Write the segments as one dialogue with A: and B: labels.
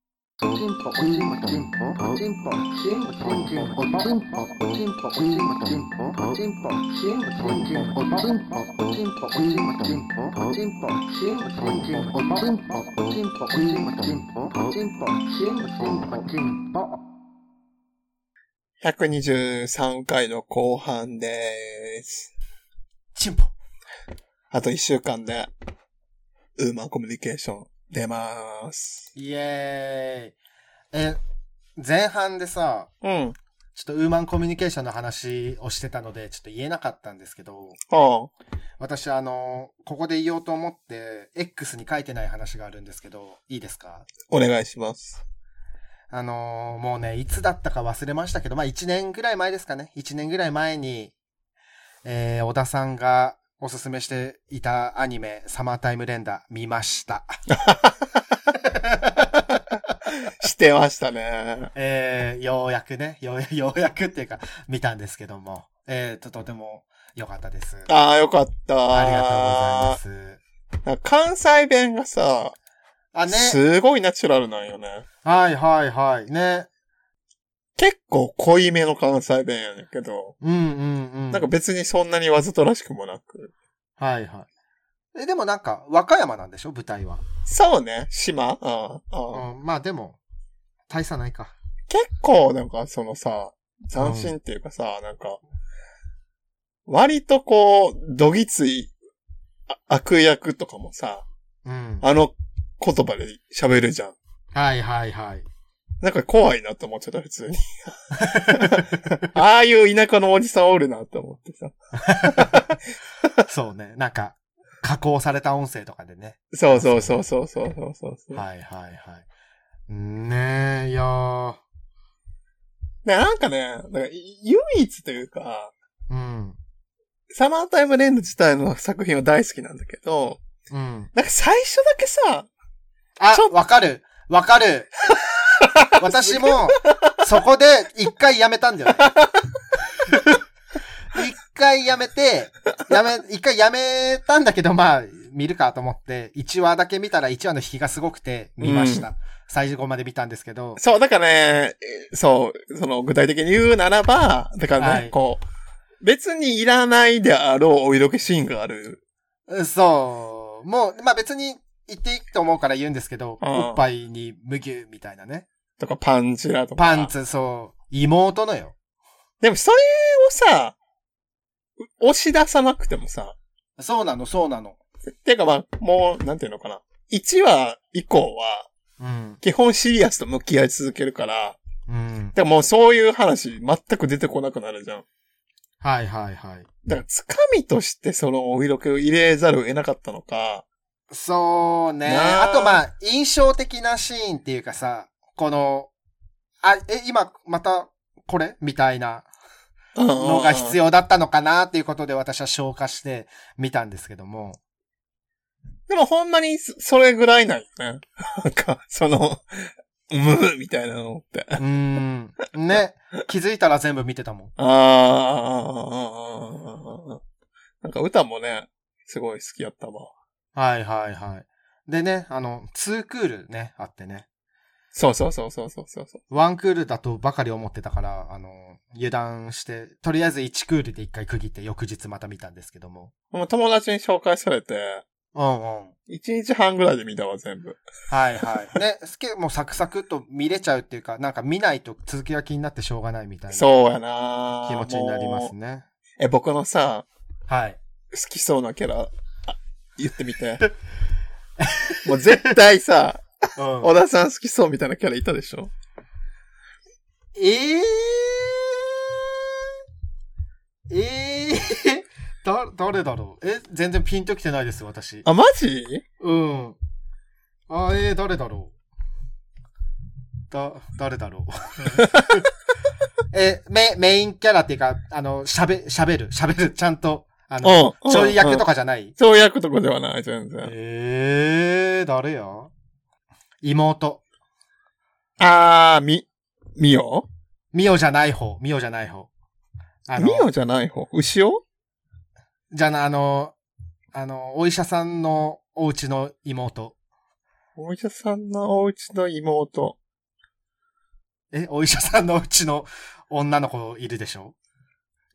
A: チンポおチンポチンポおチンポチンポチンポおチンポおチンポおチンポチンポおチンポチンポチンポおチンポおチンポおチンポチンポおチンポチンポチンポおチンポおチンポチンポチンポおチンポチンポチンポチンポ
B: 123回の後半です。
C: チンポ。
B: あと1週間で、ウーマンコミュニケーション出ます。
C: イエーイ。え、前半でさ、
B: うん。
C: ちょっとウーマンコミュニケーションの話をしてたので、ちょっと言えなかったんですけど、
B: あ
C: 私あの、ここで言おうと思って、X に書いてない話があるんですけど、いいですか
B: お願いします。
C: あのーもうね、いつだったか忘れましたけど、まあ1年ぐらい前ですかね。1年ぐらい前に、えー、小田さんがおすすめしていたアニメ、サマータイムレンダー見ました。
B: してましたね。
C: えー、ようやくね、よう、 ようやくっていうか、見たんですけども、えー、と、とても良かったです。あ
B: ああ、よかった。
C: りがとうございます。
B: なんか関西弁がさ、
C: あ、ね。
B: すごいナチュラルなんよね。
C: はいはいはい。ね。
B: 結構濃いめの関西弁やねんけど、
C: うんうんうん。
B: なんか別にそんなにわざとらしくもなく。
C: はいはい。え、でもなんか、和歌山なんでしょ舞台は。
B: そうね、島ああああ
C: うん、まあでも、大差ないか。
B: 結構なんかそのさ、斬新っていうかさ、なんか、割とこう、どぎついあ悪役とかもさ、
C: うん。
B: あの言葉で喋るじゃん。
C: はいはい はい。
B: なんか怖いなって思っちゃった、普通に。ああいう田舎のおじさんおるなって思ってさ。
C: そうね。なんか、加工された音声とかでね。
B: そうそうそうそうそうそうそう、
C: はいはいはい。ねえ、いやー。
B: でなんかね、なんか唯一というか、
C: うん。
B: サマータイムレンド自体の作品は大好きなんだけど、
C: うん。
B: なんか最初だけさ、
C: あ
B: ちょ、
C: わかる。わ かる。私も、そこで一回やめた んだよね。一回やめて、やめ、一回やめたんだけど、まあ、見るかと思って、1話だけ見たら1話の引きがすごくて、見ました。最後まで見たんですけど、
B: そう、だからね、えそう、その具体的に言うならば、だからね、
C: はい
B: こう、別にいらないであろうお色気シーンがある。
C: そう、もう、まあ別に言っていいと思うから言うんですけど、
B: うん
C: おっぱいに麦みたいなね。
B: とか、パンチラとか。
C: パン。ツ、そう、妹のよ。
B: でも、それをさ、う押し出さなくてもさ、
C: そうなの、そうなの。
B: ていうかまあ、もう、なんていうのかな。1話以降は、
C: うん、
B: 基本シリアスと向き合い続けるから、
C: うん。
B: でももうそういう話全く出てこなくなるじゃん。
C: はいはいはい。
B: だから、つかみとしてそのお色気を入れざるを得なかったのか、
C: そうね。
B: なあ
C: あとまあ、印象的なシーンっていうかさ、この、あ、え、今、また、これみたいなの
B: の
C: が必要だったのかなっていうことで私は消化して見たんですけども。
B: でもほんまにそそれぐらいなんよね。 なんか、その、ムーみたいなのって。
C: うーん。ね。気づいたら全部見てたもん。
B: あー。なんか歌もね、すごい好きやったわ。
C: はいはいはい。でね、あの、2クールね、あってね。
B: そうそうそうそうそうそう。
C: 1クールだとばかり思ってたから、あの、油断して、とりあえず1クールで1回区切って翌日また見たんですけども。
B: もう友達に紹介されて、
C: うんうん。
B: 1日半ぐらいで見たわ、全部。
C: はいはい。ね、すけ、もうサクサクっと見れちゃうっていうか、なんか見ないと続きが気になってしょうがないみたいな
B: そうやなー
C: 気持ちになります
B: もう
C: ね。
B: え、僕のさ、
C: はい。
B: 好きそうなキャラ、あ言ってみ て。もう絶対さ、
C: うん
B: 小田さん好きそうみたいなキャラいたでしょ
C: えー、 えー、だ、誰だろうえ、全然ピンときてないです、私。
B: あ、マジ
C: うん。あ、えー、誰だろうだ、誰だろう え、メ、メインキャラっていうか、あの、喋、喋る、喋る、ちゃんと、あの、
B: うん
C: ちょい役と
B: か。
C: かじゃない
B: ちょい役とかではない、全然。
C: ええー、誰や妹。
B: あー、み、みよ
C: ミオじゃない方、ミオじゃない方。あ
B: み
C: の、
B: よじゃない方。牛尾
C: じゃな、あの、あの、お医者さんのお家の妹。
B: お医者さんのお家の妹。
C: え、お医者さんのうちの女の子いるでしょ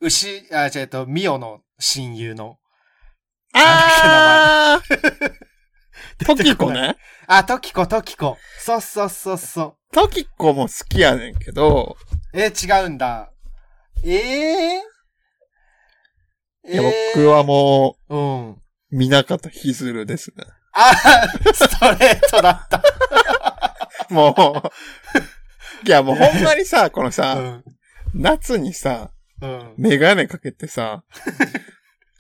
C: 牛、あ、違う、えっと、ミオの親友の。
B: あー
C: 出
B: ト
C: て
B: キ
C: こ
B: コ
C: ない。
B: ね。
C: あ、トキコ、トキコ。そうそうそうそう。
B: トキコも好きやねんけど、
C: え、違うんだ。ええー、
B: いや僕はも
C: えー。うん。
B: う、みなかとひずる ですね。
C: あ、ストレートだった。
B: もう、いやもうほんまに さ、この
C: う
B: さ、
C: ん。
B: 夏にさ、
C: うん。
B: メガネかけて さ、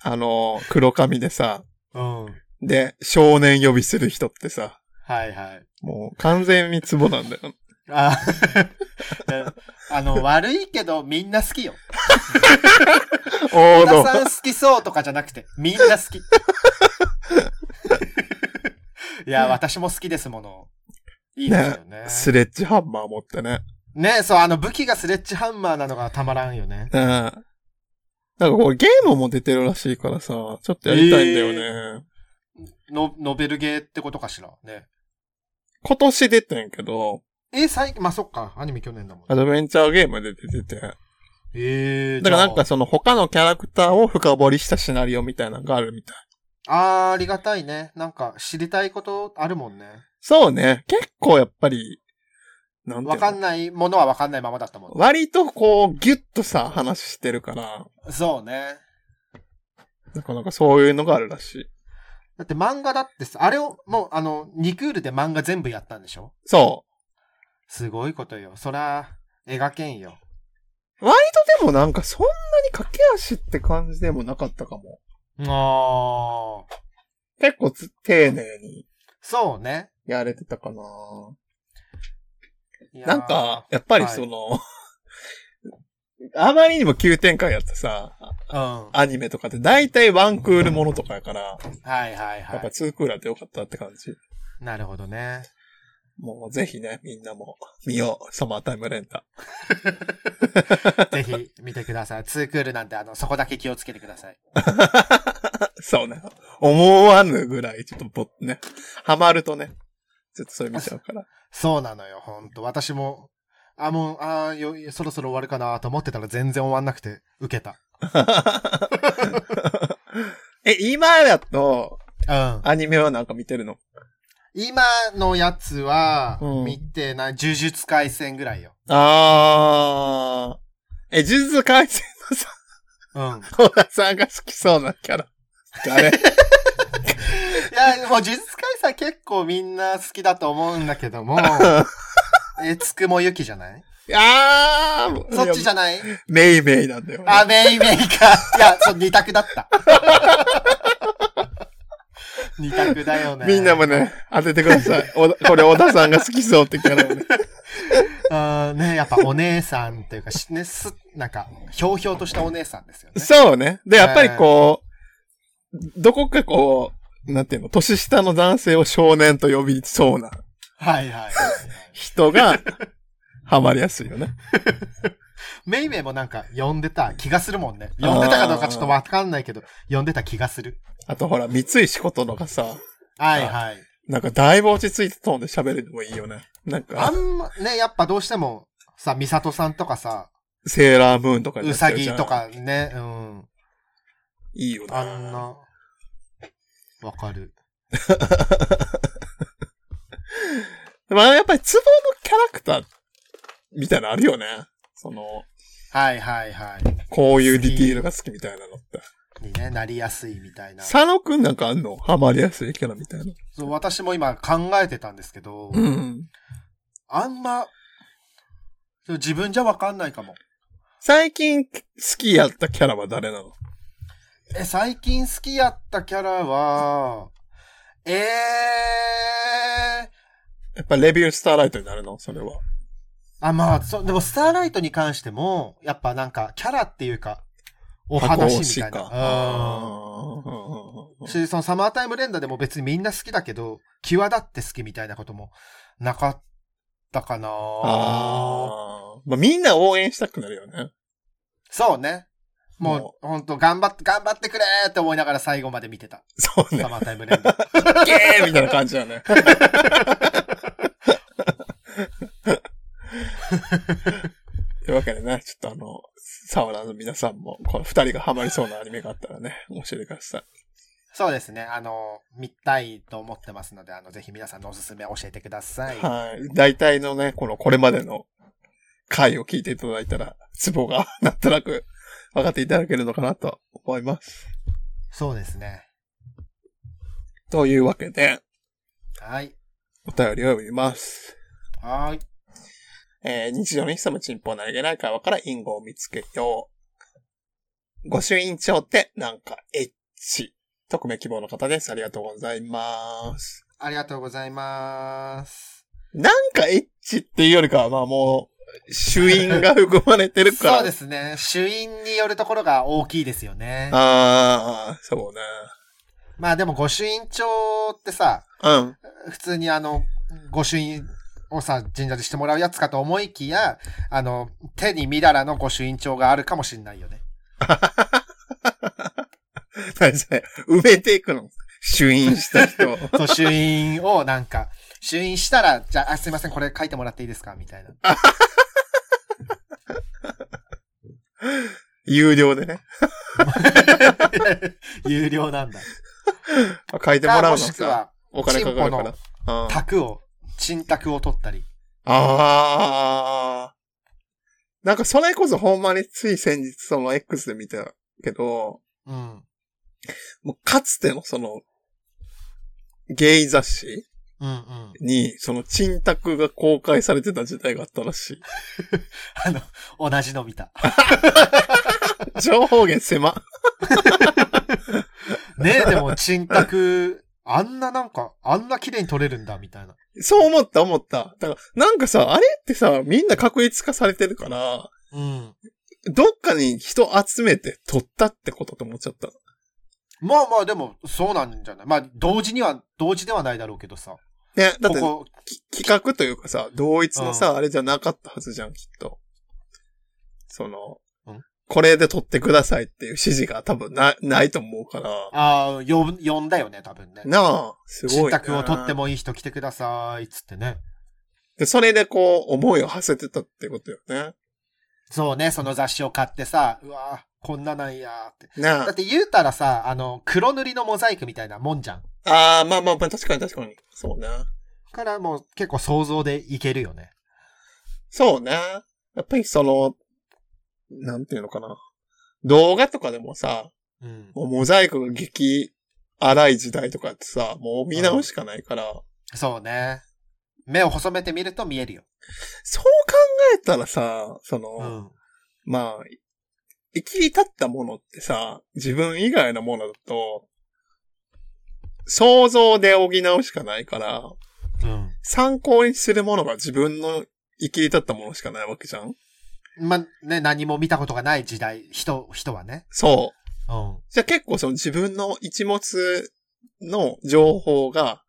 B: あの、黒髪でさ、
C: うん。
B: で、少年呼びする人ってさ、
C: はいはい。
B: もう完全にツボなんだよ。
C: あ あの、悪いけど、みんな好きよ。
B: 王
C: 小田
B: 道。
C: さん好きそうとかじゃなくて、みんな好き。いや、私も好きですもの。いいです
B: ス
C: よね。
B: レッジハンマー持ってね。
C: ね、そう、あの、武器がスレッジハンマーなのがたまらんよね。
B: うん。なんかこれゲームも出てるらしいからさ、ちょっとやりたいんだよね。
C: の、ノベルゲーってことかしら。ね。
B: 今年出てんけど、
C: え、最近、まあ、そっか。アニメ去年だもん、
B: ア
C: ね。
B: ドベンチャーゲームで出てて。だか
C: えー、
B: らなんか
C: じ
B: その他のキャラクターを深掘りしたシナリオみたいなのがあるみたい。
C: ゃあ、あーありがたいね。なんか、知りたいことあるもんね。
B: そうね。結構やっぱり、なんていう
C: わ
B: の
C: かんないものはわかんないままだったもんね。
B: 割とこう、ギュッとさ、話してるから、
C: そうね。
B: なかなかそういうのがあるらしい。
C: だって漫画だってさ、あれを、もう、あの、2クールで漫画全部やったんでしょ
B: そ
C: すごいことよ。そら、描けんよ。
B: う。割とでもなんかそんなに駆け足って感じでもなかったかも。
C: ああ。
B: 結構つ丁寧に
C: そうね。
B: やれてたかな。
C: いやー
B: なんか、、やっぱりその、あまりにも急展開やってさ、
C: うん。は
B: アニメとかって大体ワンクールものとかやから、
C: いはい
B: やっ
C: は
B: ぱツークールやってよかったって感じ。
C: い。なるほどね。
B: もうぜひね、みんなも見よう。サマータイムレンタ。
C: ぜひ見てください。ツークールなんて、あの、そこだけ気をつけてください。
B: そうね。思わぬぐらい、ちょっとぼ、ね。ハマるとね。ちょっとそれ見ちゃうから。
C: そうなのよ、ほんと。私も、あ、もう、あーよ、そろそろ終わるかなと思ってたら全然終わんなくて、受けた。
B: え、今だと、
C: うん。
B: アニメはなんか見てるの
C: 今のやつは
B: う、ん
C: 見てない、呪術回戦ぐらいよ。
B: あー。え、呪術回戦のさ、
C: うん。
B: 小田さんが好きそうなキャラ。誰
C: いや、もう呪術廻戦結構みんな好きだと思うんだけど も、え、つくもゆきじゃない
B: あー
C: そっちじ
B: ゃ
C: ゃない
B: メイメイなんだよ、ね。
C: あ、メイメイか。いや、そう、二択 だった。二択だよね。
B: みんなもね、当ててください。 おこれ、小田さんが好きそうってキャラをね。
C: あーね、やっぱお姉さんというか、しね、す、なんか、ひょうひょうとしたお姉さんですよ ね。
B: そうね。で、やっぱりこう、どこかこう、なんていうの、年下の男性を少年と呼びそうな
C: はいはい。
B: 人が、ハマりやすいよね。
C: メイメイもなんか、呼んでた気がするもんね。呼んでたかどうかちょっとわかんないけど、呼んでた気がする。
B: あとほら、三井仕事のがさ、
C: はいはい。
B: なんかだいぶ落ち着いたトーンで喋るのもいいよね。なん
C: あ
B: か、
C: んま、ね、やっぱどうしても、さ、ミサトさんとかさ、
B: セーラームーンとかに
C: う
B: なっちゃ
C: さ
B: うじ
C: ぎ
B: ゃん
C: と。かね、うん。
B: いいよね。
C: あんな、わかる。
B: まあやっぱりツボのキャラクター、みたいなのあるよね。その、
C: はいはいは
B: こういうディティールが好きみたいなのって。
C: い。にね、なりやすいみたいな。
B: 佐野くんなんかあんのハマりやすいキャラみたいな。
C: そう私も今考えてたんですけど、
B: うん。
C: あんま、でも自分じゃわかんないかも。
B: 最近好きやったキャラは誰なの
C: え、最近好きやったキャラは、えー、
B: やっぱレビュースターライトになるのそれは。
C: あ、まあ、そう、でもスターライトに関しても、やっぱなんか、キャラっていうか、お話みたい
B: 箱推しか
C: な。うん。
B: あー
C: し、そのサマータイム連打でも別にみんな好きだけど、際立って好きみたいなこともなかったかな
B: あー。まあ、みんな応援したくなるよね。
C: そうね。
B: も
C: もう、ほんと、頑張って、頑張ってくれーって思いながら最後まで見てた。
B: そうね
C: サ。マータイム連打。
B: ゲーみたいな感じだね。 というわけでね、ちょっとあの、サウナの皆さんも、この二人がハマりそうなアニメがあったらね、教えてください。
C: そうですね。あの、見たいと思ってますので、あの、ぜひ皆さんのおすすめ教えてください。
B: はい。大体のね、この、これまでの回を聞いていただいたら、ツボが、なんとなく、分かっていただけるのかなと思います。
C: そうですね。
B: というわけで、
C: はい。
B: お便りを読みます。
C: はーい。
B: えー日常に潜むチンポを投げない会話から因果を見つけよう。ご朱印帳ってなんかエッチ。匿名希望の方です。ありがとうございます。
C: ありがとうございます。
B: なんかエッチっていうよりかは、まあもう、朱印が含まれてるから。
C: そうで。すね。主因によるところが大きいですよね。
B: ああ、そうね。
C: まあでも、御朱印帳ってさ、
B: うん。
C: 普通にあの、御朱印をさ、神社でしてもらうやつかと思いきや、あの、手にみだらの御朱印帳があるかもしんないよね。
B: 何それ。埋めていくの。朱印した人。
C: そう、朱印をなんか、 朱印したら、じゃああ、すいません、これ書いてもらっていいですかみたいな。
B: 有料でね。
C: 有料なんだ。
B: 書いてもらうの
C: もしく
B: さ。
C: は、
B: お金かかるか
C: チン
B: ら。うん。
C: 卓を、沈卓を取ったり。
B: ああ。なんかそれこそほんまについ先日その X で見たけど、
C: うん。
B: もうかつてのその、ゲイ雑誌
C: うんうん。
B: に、その、沈託が公開されてた時代があったらし
C: あの、同じの見た。
B: い。情報源狭。
C: ねえ、でも、沈卓、あんななんか、あんな綺麗に撮れるんだ、みたいな。
B: そう思った、思った。だから、なんかさ、あれってさ、みんな確率化されてるから、
C: うん。
B: どっかに人集めて撮ったってことと思っちゃった。
C: まあまあ、でも、そうなんじゃないまあ、同時には、同時ではないだろうけどさ。
B: ね、だっ
C: こ
B: て、
C: こ、
B: き企画というかさ、同一のさ、あれじゃなかったはずじゃん、きっと。その
C: うん、
B: これで撮ってくださいっていう指示が多分な、ないと思うから。
C: ああ、呼ん、呼んだよね、多分ね。
B: なあ、すごい、ね。
C: 沈卓を撮ってもいい人来てください、つってね。
B: で、それでこう、思いを馳せてたってことよね。
C: そうね、その雑誌を買ってさ、うわーこんななんやーって。
B: ね
C: だって言うたらさ、あの、黒塗りのモザイクみたいなもんじゃん。
B: ああ、まあまあまあ、確かに確かに。そうね。
C: からもう結構想像でいけるよね。
B: そうね。やっぱりその、なんていうのかな。動画とかでもさ、
C: うん。
B: もうモザイクが激荒い時代とかってさ、もう見直しかないから、
C: そうね。目を細めてみると見えるよ。
B: そう考えたらさ、その、
C: うん。
B: まあ、生きり立ったものってさ、自分以外のものだと、想像で補うしかないから、
C: うん。
B: 参考にするものが自分の生きり立ったものしかないわけじゃん
C: まあ、ね、何も見たことがない時代、人、人はね。
B: そう。
C: うん。
B: じゃあ結構その自分の一物の情報が、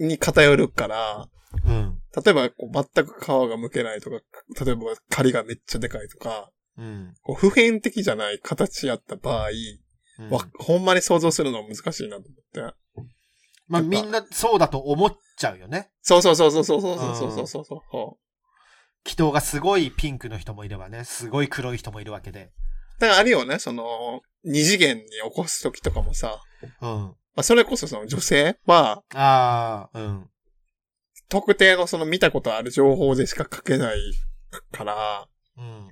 B: に偏るから、
C: うん。
B: 例えばこう全く皮がむけないとか、例えば狩りがめっちゃでかいとか、
C: うん。
B: こう普遍的じゃない形やった場合、
C: うん
B: わ、ほんまに想像するのは難しいなと思って。
C: まあ、みんなそうだと思っちゃうよね。
B: そうそうそうそうそうそうそうそうそうそう
C: 祈祷がすごいピンクの人もいればね、すごい黒い人もいるわけで。
B: だからあるよね、その、二次元に起こすときとかもさ、
C: うん。
B: まあ、それこそその女性は、
C: ああ、うん。
B: 特定のその見たことある情報でしか書けないから、
C: うん。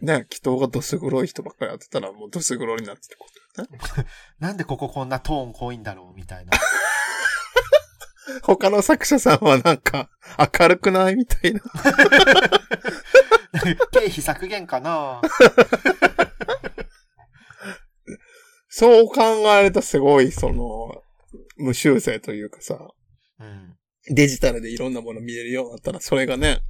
B: ね、祈祷がどす黒い人ばっかりやってたらもうどす黒になってたこと、ね。
C: なんでこここんなトーン濃いんだろうみたいな。
B: 他の作者さんはなんか、明るくないみたいな。
C: 経費削減かな
B: そう考えるとすごい、その、無修正というかさ、
C: うん。
B: デジタルでいろんなもの見えるようになったら、それがね、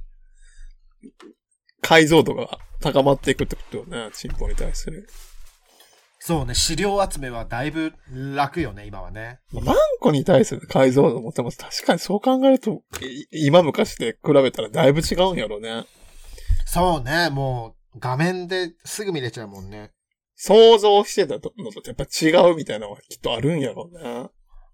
B: 解像度が高まっていくってことよね、チンポに対する。
C: そうね、資料集めはだいぶ楽よね、今はね。
B: まあマンコに対する解像度もでも確かにそう考えると、い今昔で比べたらだいぶ違うんやろね。
C: そうね、もう画面ですぐ見れちゃうもんね。
B: 想像してたのとやっぱ違うみたいなのはきっとあるんやろうね。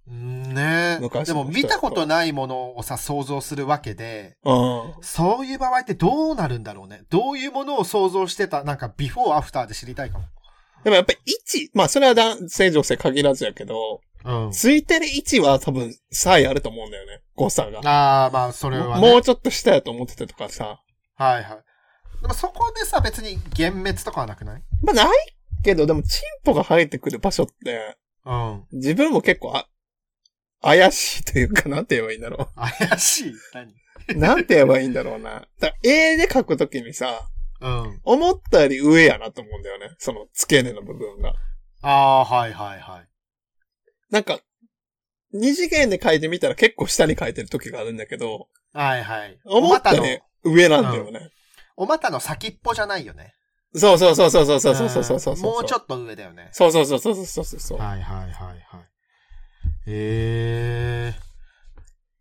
C: うんね
B: 昔の人だと
C: でも見たことないものをさ、想像するわけで、
B: うん。
C: そういう場合ってどうなるんだろうね。どういうものを想像してた、なんかビフォーアフターで知りたいかも。
B: でもやっぱり位置、まあそれは男性女性限らずやけど、
C: うん。
B: ついてる位置は多分差異あると思うんだよね。誤差が。
C: ああ、まあ、それはね。
B: もうちょっと下やと思ってたとかさ。
C: はいはい。でもそこでさ、別に幻滅とかはなくない
B: まあないけど、でもチンポが生えてくる場所って、
C: うん。
B: 自分も結構あ、怪しいというか、なんて言えばいいんだろ
C: 怪しい。何
B: う。なんて言えばいいんだろうな。だから絵で描くときにさ、
C: うん。
B: 思ったより上やなと思うんだよね。その付け根の部分が。
C: ああ、はいはいはい。
B: なんか、二次元で描いてみたら結構下に描いてる時があるんだけど、
C: はいはい。
B: 思ったよ
C: お
B: り
C: 股の、
B: 上なんだよね。
C: お股の先っぽじゃないよね。
B: そうそうそうそうそうそうそうそうそうそう。
C: んもうちょ
B: っと。
C: っと上だよね。
B: そうそうそうそうそうそうそう。
C: はいはいはいはい。ええ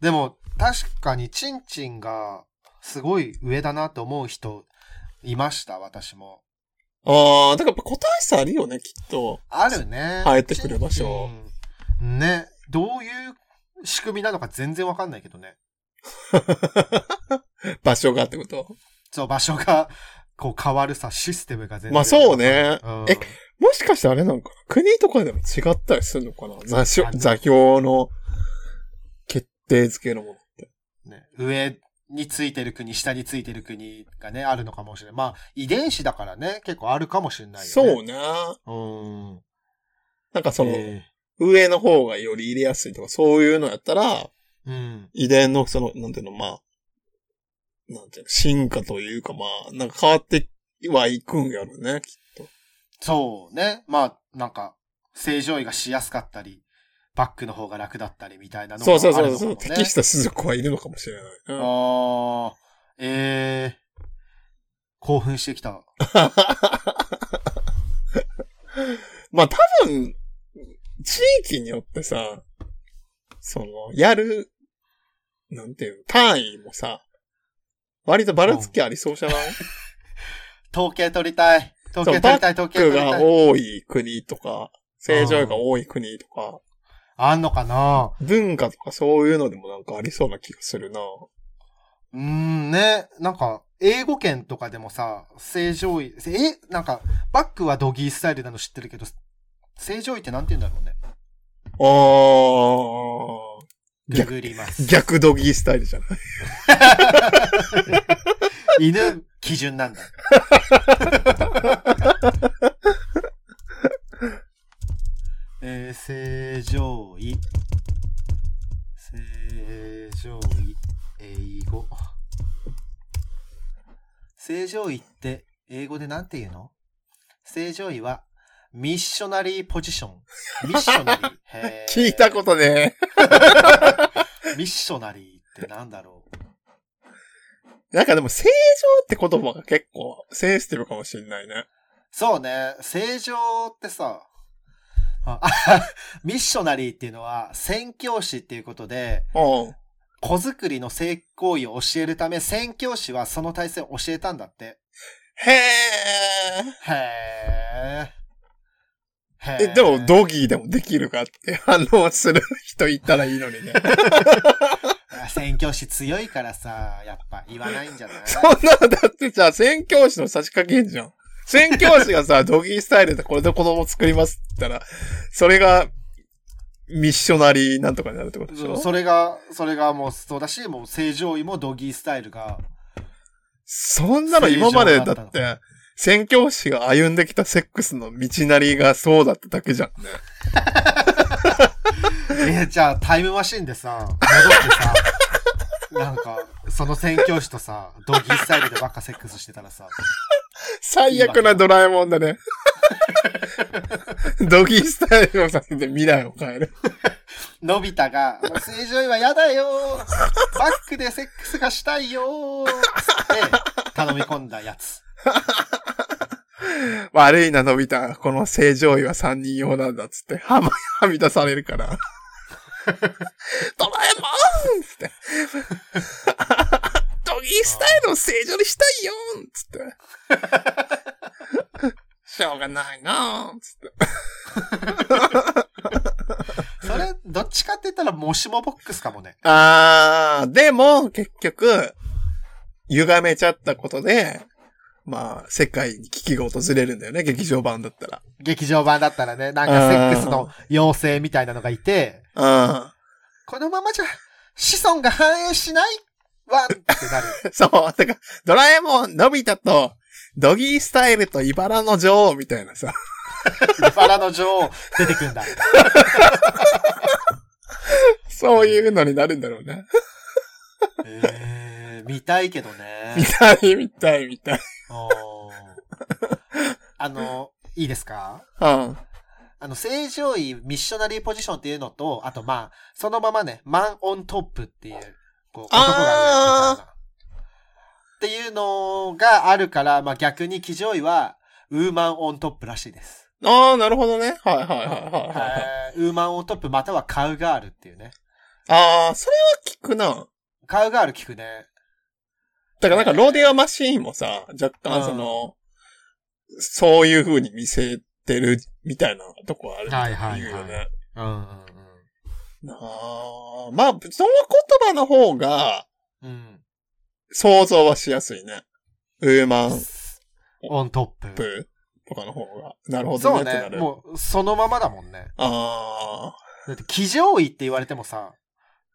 C: でも、確かに、チンチンが、すごい上だなと思う人、いました、私も。
B: ああ、だからやっぱ個体差あるよね、きっと。
C: あるね。
B: 生えてくる場所
C: チンチン。ね。どういう仕組みなのか全然わかんないけどね。
B: 場所がってこと。
C: そう、場所が、こう変わるさ、システムが全然。
B: まあそう。ね。
C: うん、
B: え、もしかしてあれなんかな国とかでも違ったりするのかな座
C: あ
B: 標、
C: の
B: 座標の決定づけのものって。
C: ね、上についてる国、下についてる国がね、あるのかもしれない。まあ、遺伝子だからね、結構あるかもしれない
B: そう
C: よね。
B: ね。
C: うん。
B: なんかその、
C: え
B: 上の方がより入れやすいとか、そういうのやったら、
C: えうん。
B: 遺伝のその、なんていうの、まあ、なんていうの、進化というかまあ、なんか変わってはいくんやろね、きっと。
C: そうね。まあ、なんか、正常位がしやすかったり、バックの方が楽だったりみたいなのが
B: そ
C: あ
B: う
C: るの
B: そう
C: かも、
B: そ
C: ね。
B: うそう、適した種族はいるのかもしれない。うん
C: ああ、ええ興奮してきた。
B: まあ多分、地域によってさ、その、やる、なんていう、単位もさ、割とばらつきありそうじゃない
C: 統計取りたい。統計取りたい、統計
B: 区
C: 取りた
B: が
C: い。
B: 多い国とか、正常位が多い国とか、
C: あんのかな
B: 文化とかそういうのでもなんかありそうな気がするな。
C: うーんね、なんか、英語圏とかでもさ、正常位、え、なんか、バックはドギースタイルなの知ってるけど、正常位ってなんて言うんだろうね。
B: あー、
C: ググります。
B: 逆ドギースタイルじゃない。
C: 犬基準なん だ。えー、正常位。正常位。英語。正常位って英語でなんて言うの正常位はミッショナリーポジション。ミッショ ナリー。へー
B: 聞いたことね。
C: ミッショナリーってなんだろう。
B: なんかでも正常って言葉が結構センシティブかもしれないね。
C: そうね、正常ってさ、ああ ミッショナリーっていうのは宣教師っていうことで、
B: うん。
C: 子作りの性行為を教えるため、宣教師はその体制を教えたんだって。
B: へ
C: へえ。へ
B: え。え、でも、ドギーでもできるかって 反応する人いたらいいの にね。
C: 宣教師強いからさ、やっぱ言わないんじゃない
B: そんなのだってじゃあ、宣教師の差し掛けんじゃん。宣教師が さ、ドギースタイルでこれで子供作りますって言ったら、それが、ミッショナリーなんとかになるってことでし
C: そ
B: ょ
C: うそれが、それがもうそうだし、もう正常位もドギースタイルが、
B: そんなの今までだ
C: 正常だ
B: っ
C: った
B: て、宣教師が歩んできたセックスの道なりがそうだっただけじゃんね。
C: えーじゃあタイムマシンでさ、戻ってさ、なんか、その宣教師とさ、ドギースタイルでばっかセックスしてたらさ、
B: 最悪なドラえもんだ ね。ドギースタイルをさせて未来を変える。
C: のび太が、もう正常位は嫌だよバックでセックスがしたいよつって、頼み込んだやつ。
B: 悪いな、のび太。この正常位は三人用なんだ、つって。はま、はみ出されるから。ドラえもんつって。ドギースタイルを正常にしたいよつって。しょうがないなつって。
C: それ、どっちかって言ったら、もしもボックスかもね。
B: あー、でも、結局、歪めちゃったことで、まあ、世界に危機が訪れるんだよね、劇場版だったら。
C: 劇場版だったらね、なんかセックスの妖精みたいなのがいて、
B: うん。
C: このままじゃ、子孫が繁栄しないわってなる。
B: そう。てか、ドラえもん、のび太と、ドギースタイルと茨の女王みたいなさ。
C: リファラの女王出てくんだ。
B: そういうのになるんだろうね。
C: えー、見たいけどね
B: み。たい、みたい、みたい。
C: おーあの、いいですか
B: うん。
C: あの、正常位ミッショナリーポジションっていうのと、あとまあ、そのままね、マンオントップっていう、こう、男がいるみたいな。っていうのがあるから、まあ逆に騎乗位は、ウーマンオントップらしいです。
B: ああ、なるほどね。はいはいはいはいはいはい。
C: はいウーマンオントップまたはカウガールっていうね。
B: ああ、それは聞くな。
C: カウガール聞くね。
B: だからなんかローディアマシーンもさ、若干その、そういう風に見せてるみたいなとこあるみたな言うよ
C: はいはい
B: ね。
C: うんうん
B: なあまあ、その言葉の方が
C: うん。うん。
B: 想像はしやすいね。ウーマン
C: オントッ
B: プ
C: プ。
B: ーとかの方が。なるほ
C: そ
B: ど
C: う
B: ねってな
C: ね。
B: る。
C: もう、そのままだもんね。
B: ああ、
C: だって、騎乗位って言われてもさ、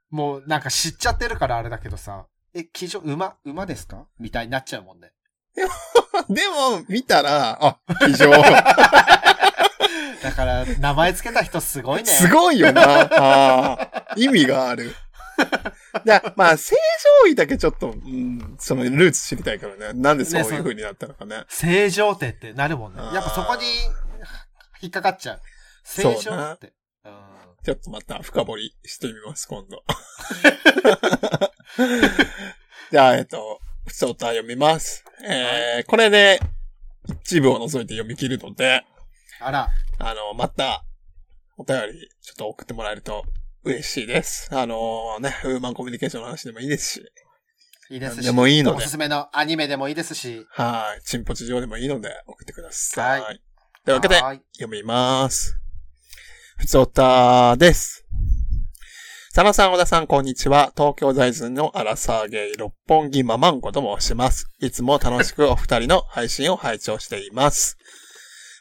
C: もうなんか知っちゃってるからあれだけどさ、え、騎乗、馬、馬ですかみたいになっちゃうもんね。
B: でも、見たら、あ、非 常。
C: だ から、名前つけた人すごいね。
B: すごいよな。あー意味がある。 だまあ、正常位だけちょっと、うん、そのルーツ知りたいからね。なんでそういう風になったのかね。
C: 正常手ってなるもんね。
B: あー
C: やっぱそこに引っかかっちゃう。正常って。うん
B: ちょっとまた深掘りしてみます、今 度。じゃあ、えっと、普通歌読みます。えー、これで、一部を除いて読み切るので、
C: あら、
B: あの、また、お便り、ちょっと送ってもらえると嬉しいです。あのね、ウーマンコミュニケーションの話でもいいですし、
C: いいですし。
B: でもいいの
C: お。
B: です
C: すめのアニメでもいいですし。
B: はい。チンポ地上でもいいので送ってください。
C: は
B: というわけで、
C: はい
B: 読みます。ふつおたです。佐野さん、小田さん、こんにちは。東京在住のアラサーゲイ六本木ママンコと申します。いつも楽しくお二人の配信を拝聴しています。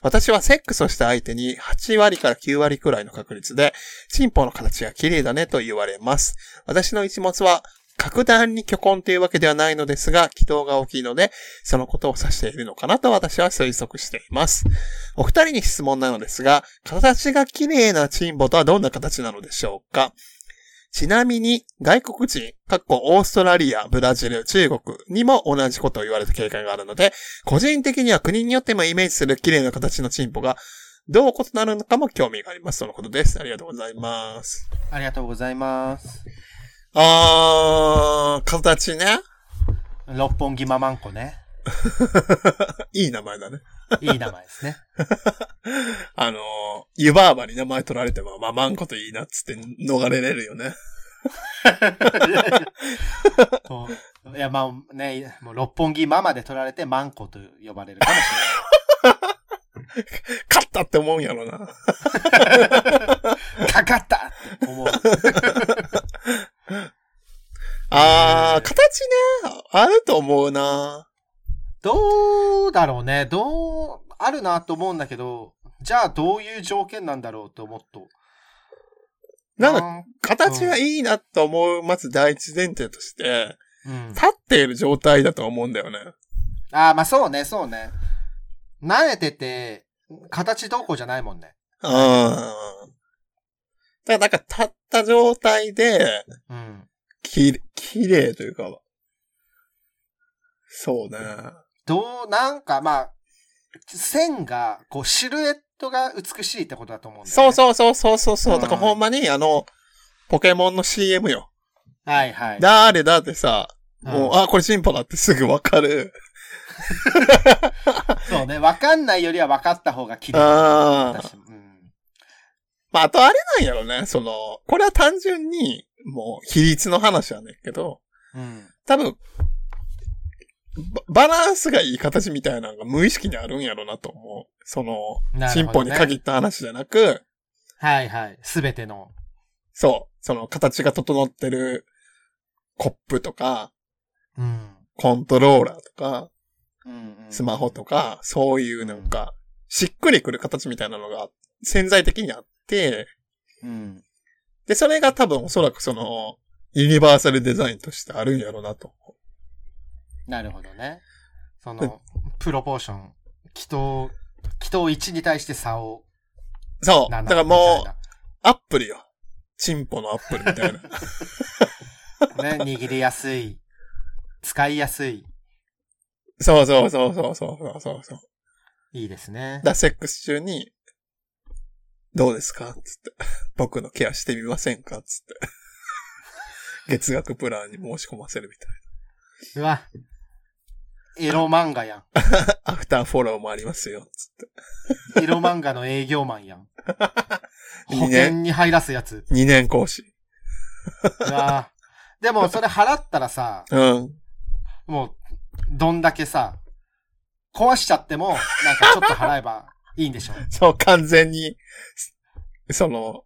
B: 私はセックスをした相手に8割から9割くらいの確率で、チンポの形が綺麗だねと言われます。私の一物は、格段に巨根というわけではないのですが、気道が大きいので、そのことを指しているのかなと私は推測しています。お二人に質問なのですが、形が綺麗なチンポとはどんな形なのでしょうかちなみに、外国人、かっこオーストラリア、ブラジル、中国にも同じことを言われた経験があるので、個人的には国によってもイメージする綺麗な形のチンポが、どう異なるのかも興味があります。とのことです。ありがとうございます。
C: ありがとうございます。
B: あー、形ね。
C: 六本木ママンコね。
B: いい名前だね。
C: いい名前ですね。
B: あのー、湯婆婆に名前取られても、まあ、マンコといいなっつって逃れれるよね。
C: といや、まあね、もう六本木ママで取られてマンコと呼ばれるかもしれない。
B: 勝ったって思うんやろな。
C: かかったって思う。
B: あ
C: へ
B: ー、
C: ー
B: 形ね、あると思うな。
C: どうだろうね。どう、あるなと思うんだけど、じゃあどういう条件なんだろうと思っと。
B: なんか、形がいいなと思う、まず第一前提として、
C: うん。
B: 立っている状態だと思うんだよね。
C: ああ、まあそうね、そうね。慣れてて、形どうこうじゃないもんね。
B: うん。だから、なんか、立った状態で、
C: うん。
B: き、綺麗というか、そうね。
C: どう、なんか、まあ、線が、こう、シルエットが美しいってことだと思うんだよ、ね。
B: そうそうそうそうそうそう。だから
C: うん
B: ほんまに、あの、ポケモンの CM よ。
C: う。はいはい。
B: 誰だってさ、もう、
C: うん
B: あ、これチンポだってすぐわかる。
C: そうね。わかんないよりは分かった方が綺麗。
B: ああ。
C: 私もうん。
B: まあ、あとあれなんやろね。その、これは単純に、もう、比率の話やねんけど、
C: うん。
B: 多分、ババランスがいい形みたいなのが無意識にあるんやろなと思う。その、
C: なる
B: チン
C: ほど
B: ポ
C: ね
B: に限った話じゃなく、
C: はいはい。すべての
B: そう。その形が整ってるコップとか、
C: うん。
B: コントローラーとか、
C: うん
B: スマホと。か、そういうなんか、しっくりくる形みたいなのが潜在的にあって、
C: うん。
B: で、それが多分おそらくその、ユニバーサルデザインとしてあるんやろうなと思
C: なるほどね。その、プロポーション。祈祷、祈祷1に対して差を
B: う。そう。だ
C: 7。
B: からもう、アップルよ。チンポのアップルみたいな。
C: う。ね、握りやすい。使いやすい。
B: そうそうそうそうそうそうそう。
C: いいですね。
B: だ、セックス中に、どうですかつって。僕のケアしてみませんかつって。 月額プランに申し込ませるみたいう
C: わ。エロ漫画や
B: な。アフターフォローもありますよ。つっ
C: ん。エロ漫画の営業マンやん。
B: いい
C: 保
B: ね
C: 険に入らすやつ。
B: て。2年講師。
C: うわ。でも、それ払ったらさ、
B: うん。
C: もう、どんだけさ、壊しちゃっても、なんかちょっと払えばいいんで しょ。
B: そう、完全に、その、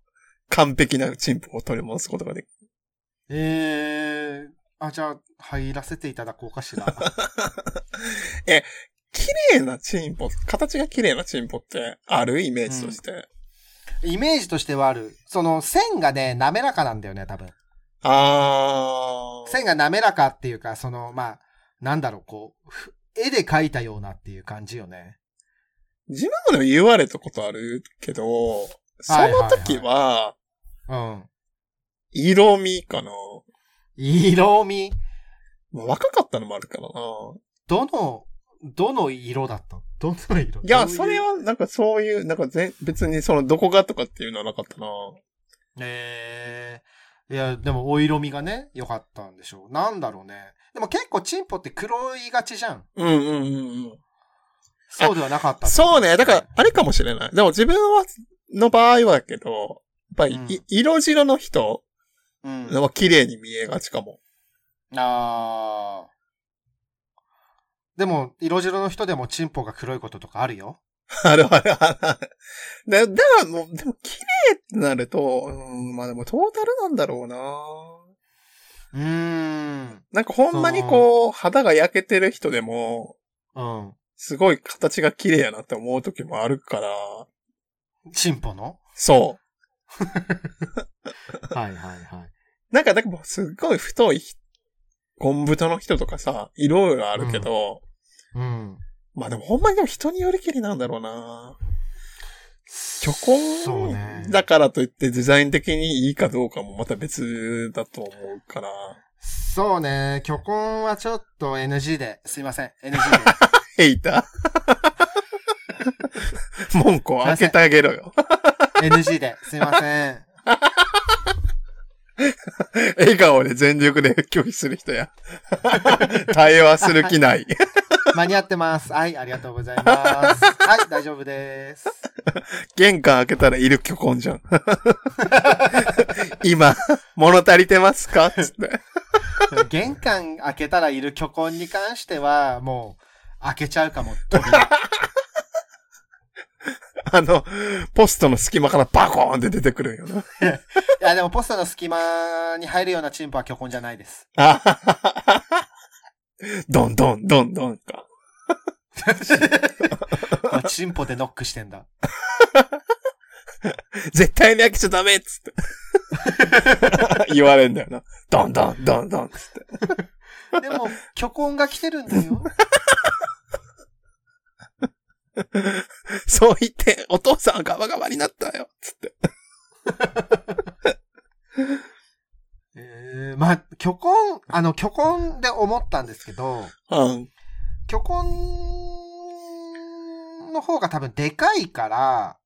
B: 完璧なチンポを取り戻すことができる。
C: ええー、あ、じゃあ、入らせていただこうかしら。
B: 綺麗なチンポ、形が綺麗なチンポってあるイメージとして。
C: イメージとしてはある。その、線がね、滑らかなんだよね、多分。
B: あー。
C: 線が滑らかっていうか、その、まあ、なんだろう、こうふ、絵で描いたようなっていう感じよね。
B: 自分もでも言われたことあるけど、その時は、
C: うん。
B: 色味かな。
C: 色味。
B: まあ若かったのもあるからな。
C: どの、どの色だったどの色
B: い
C: ど
B: や、
C: うう
B: それは、なんかそういう、なんか全別にそのどこがとかっていうのはなかったな。
C: ええいや、でも、お色味がね、良かったんでしょう。なんだろうね。でも結構、チンポって黒いがちじゃん。
B: うんうんうんうん。
C: そうではなかった。
B: そうね。だから、、あれかもしれない。でも自分は、の場合はだけど、やっぱり、
C: うん
B: い色白の人
C: うん。
B: は綺麗に見えがちかも。
C: ああ。でも、色白の人でもチンポが黒いこととかあるよ。
B: あるあるある。で、でも、もうでも綺麗ってなると、うん、まあでもトータルなんだろうな。
C: うーん。
B: なんかほんまにこう、肌が焼けてる人でも、
C: うん。
B: すごい形が綺麗やなって思う時もあるから、
C: チンポの
B: そ
C: はいはいはい。
B: う。なんか、だからすっごい太い人、ゴン太の人とかさ、いろいろあるけど、
C: うん。
B: まあでもほんまにでも人によりきりなんだろうな。
C: 虚
B: 虚婚
C: そうね。
B: だからといってデザイン的にいいかどうかもまた別だと思うから。
C: そうね。虚婚はちょっと NG で。すいません。NG で。
B: ヘイター門戸を開けてあげろよ。
C: NG で。すいません。
B: 笑顔で全力で拒否する人や。対話する気ない。
C: 間に合ってます。はい、ありがとうございます。はい、大丈夫です。
B: 玄関開けたらいる虚婚じゃん。今、物足りてますかつって。
C: 玄関開けたらいる虚婚に関しては、もう、開けちゃうかも。扉
B: あの、ポストの隙間からバコーンって出てくるんよな。
C: いや、でもポストの隙間に入るようなチンポは虚婚じゃないです。
B: あははははどんどんどんどんか。
C: あチンポでノックしてんだ。
B: 絶対に開けちゃダメっつって。言われんだよな。どんどんどんどんっつって。
C: でも、虚婚が来てるんだよ。
B: そう言って、お父さんガバガバになったよ。つって。
C: えー、まあ、虚婚、あの、虚婚で思ったんですけど、
B: うん。
C: 虚婚の方が多分でかいから、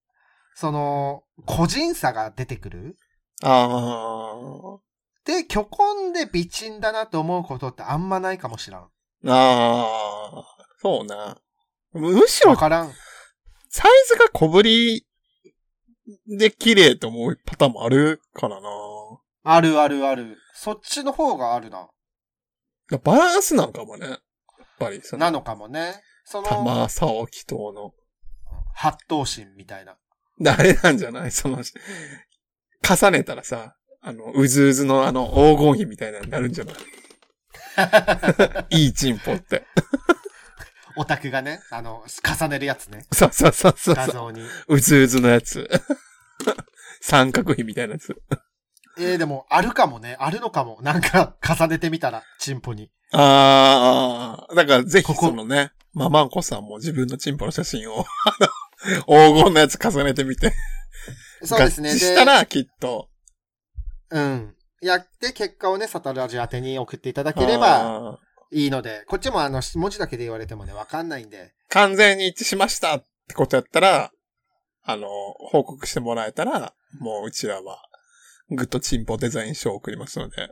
C: その、個人差が出てくる。
B: あー。
C: で、虚婚で美人だなと思うことってあんまないかもしらん。
B: あー。そうな。むしろ
C: わからん。
B: サイズが小ぶりで綺麗と思うパターンもあるからな。
C: あるあるある。そっちの方があるな。
B: バランスなんかもね。やっぱりその、
C: なのかもね。その、
B: 玉さおき等の。
C: 八頭身みたいな。
B: であれなんじゃないその、重ねたらさ、あの、うずうずのあの、黄金比みたいなのになるんじゃない いいチンポって。
C: オタクがね、あの、重ねるやつね。
B: そうそうそうそう
C: 画
B: そう。
C: 像に。
B: うずうずのやつ。 三角比みたいなやつ。
C: えー、でも、あるかもね。あるのかも。なんか、重ねてみたら、チンポに。
B: ああ、だからぜひ
C: ここ
B: そのね、ママンコさんも自分のチンポの写真を、 あの、黄金のやつ重ねてみて、
C: そうですね。
B: 合致
C: で
B: したらきっと。
C: うん。やって、結果をね、サタラジ宛てに送っていただければ
B: あー
C: いいので、こっちもあの、文字だけで言われてもね、わかんないんで。
B: 完全に一致しましたってことやったら、あの、報告してもらえたら、もううちらは、グッドチンポデザイン賞を送りますので、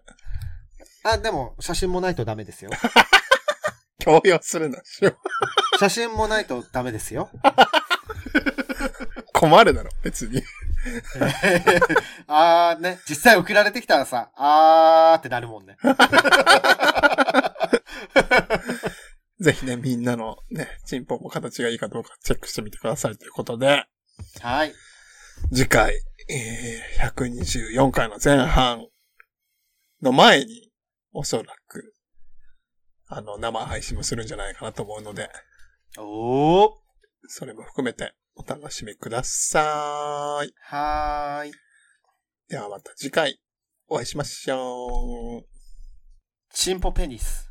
C: あ、でも、写真もないとダメですよ。
B: 強要するな、
C: 写真もないとダメですよ。
B: 困るだろ、別に。
C: あーね、実際送られてきたらさ、あーってなるもんね。
B: ぜひね、みんなのね、チンポも形がいいかどうかチェックしてみてくださいということで、
C: はい。
B: 次回、えー、124回の前半の前に、おそらく、あの、生配信もするんじゃないかなと思うので、
C: おー。
B: それも含めてお楽しみください。
C: はーい。
B: ではまた次回お会いしましょう。
C: チンポペニス。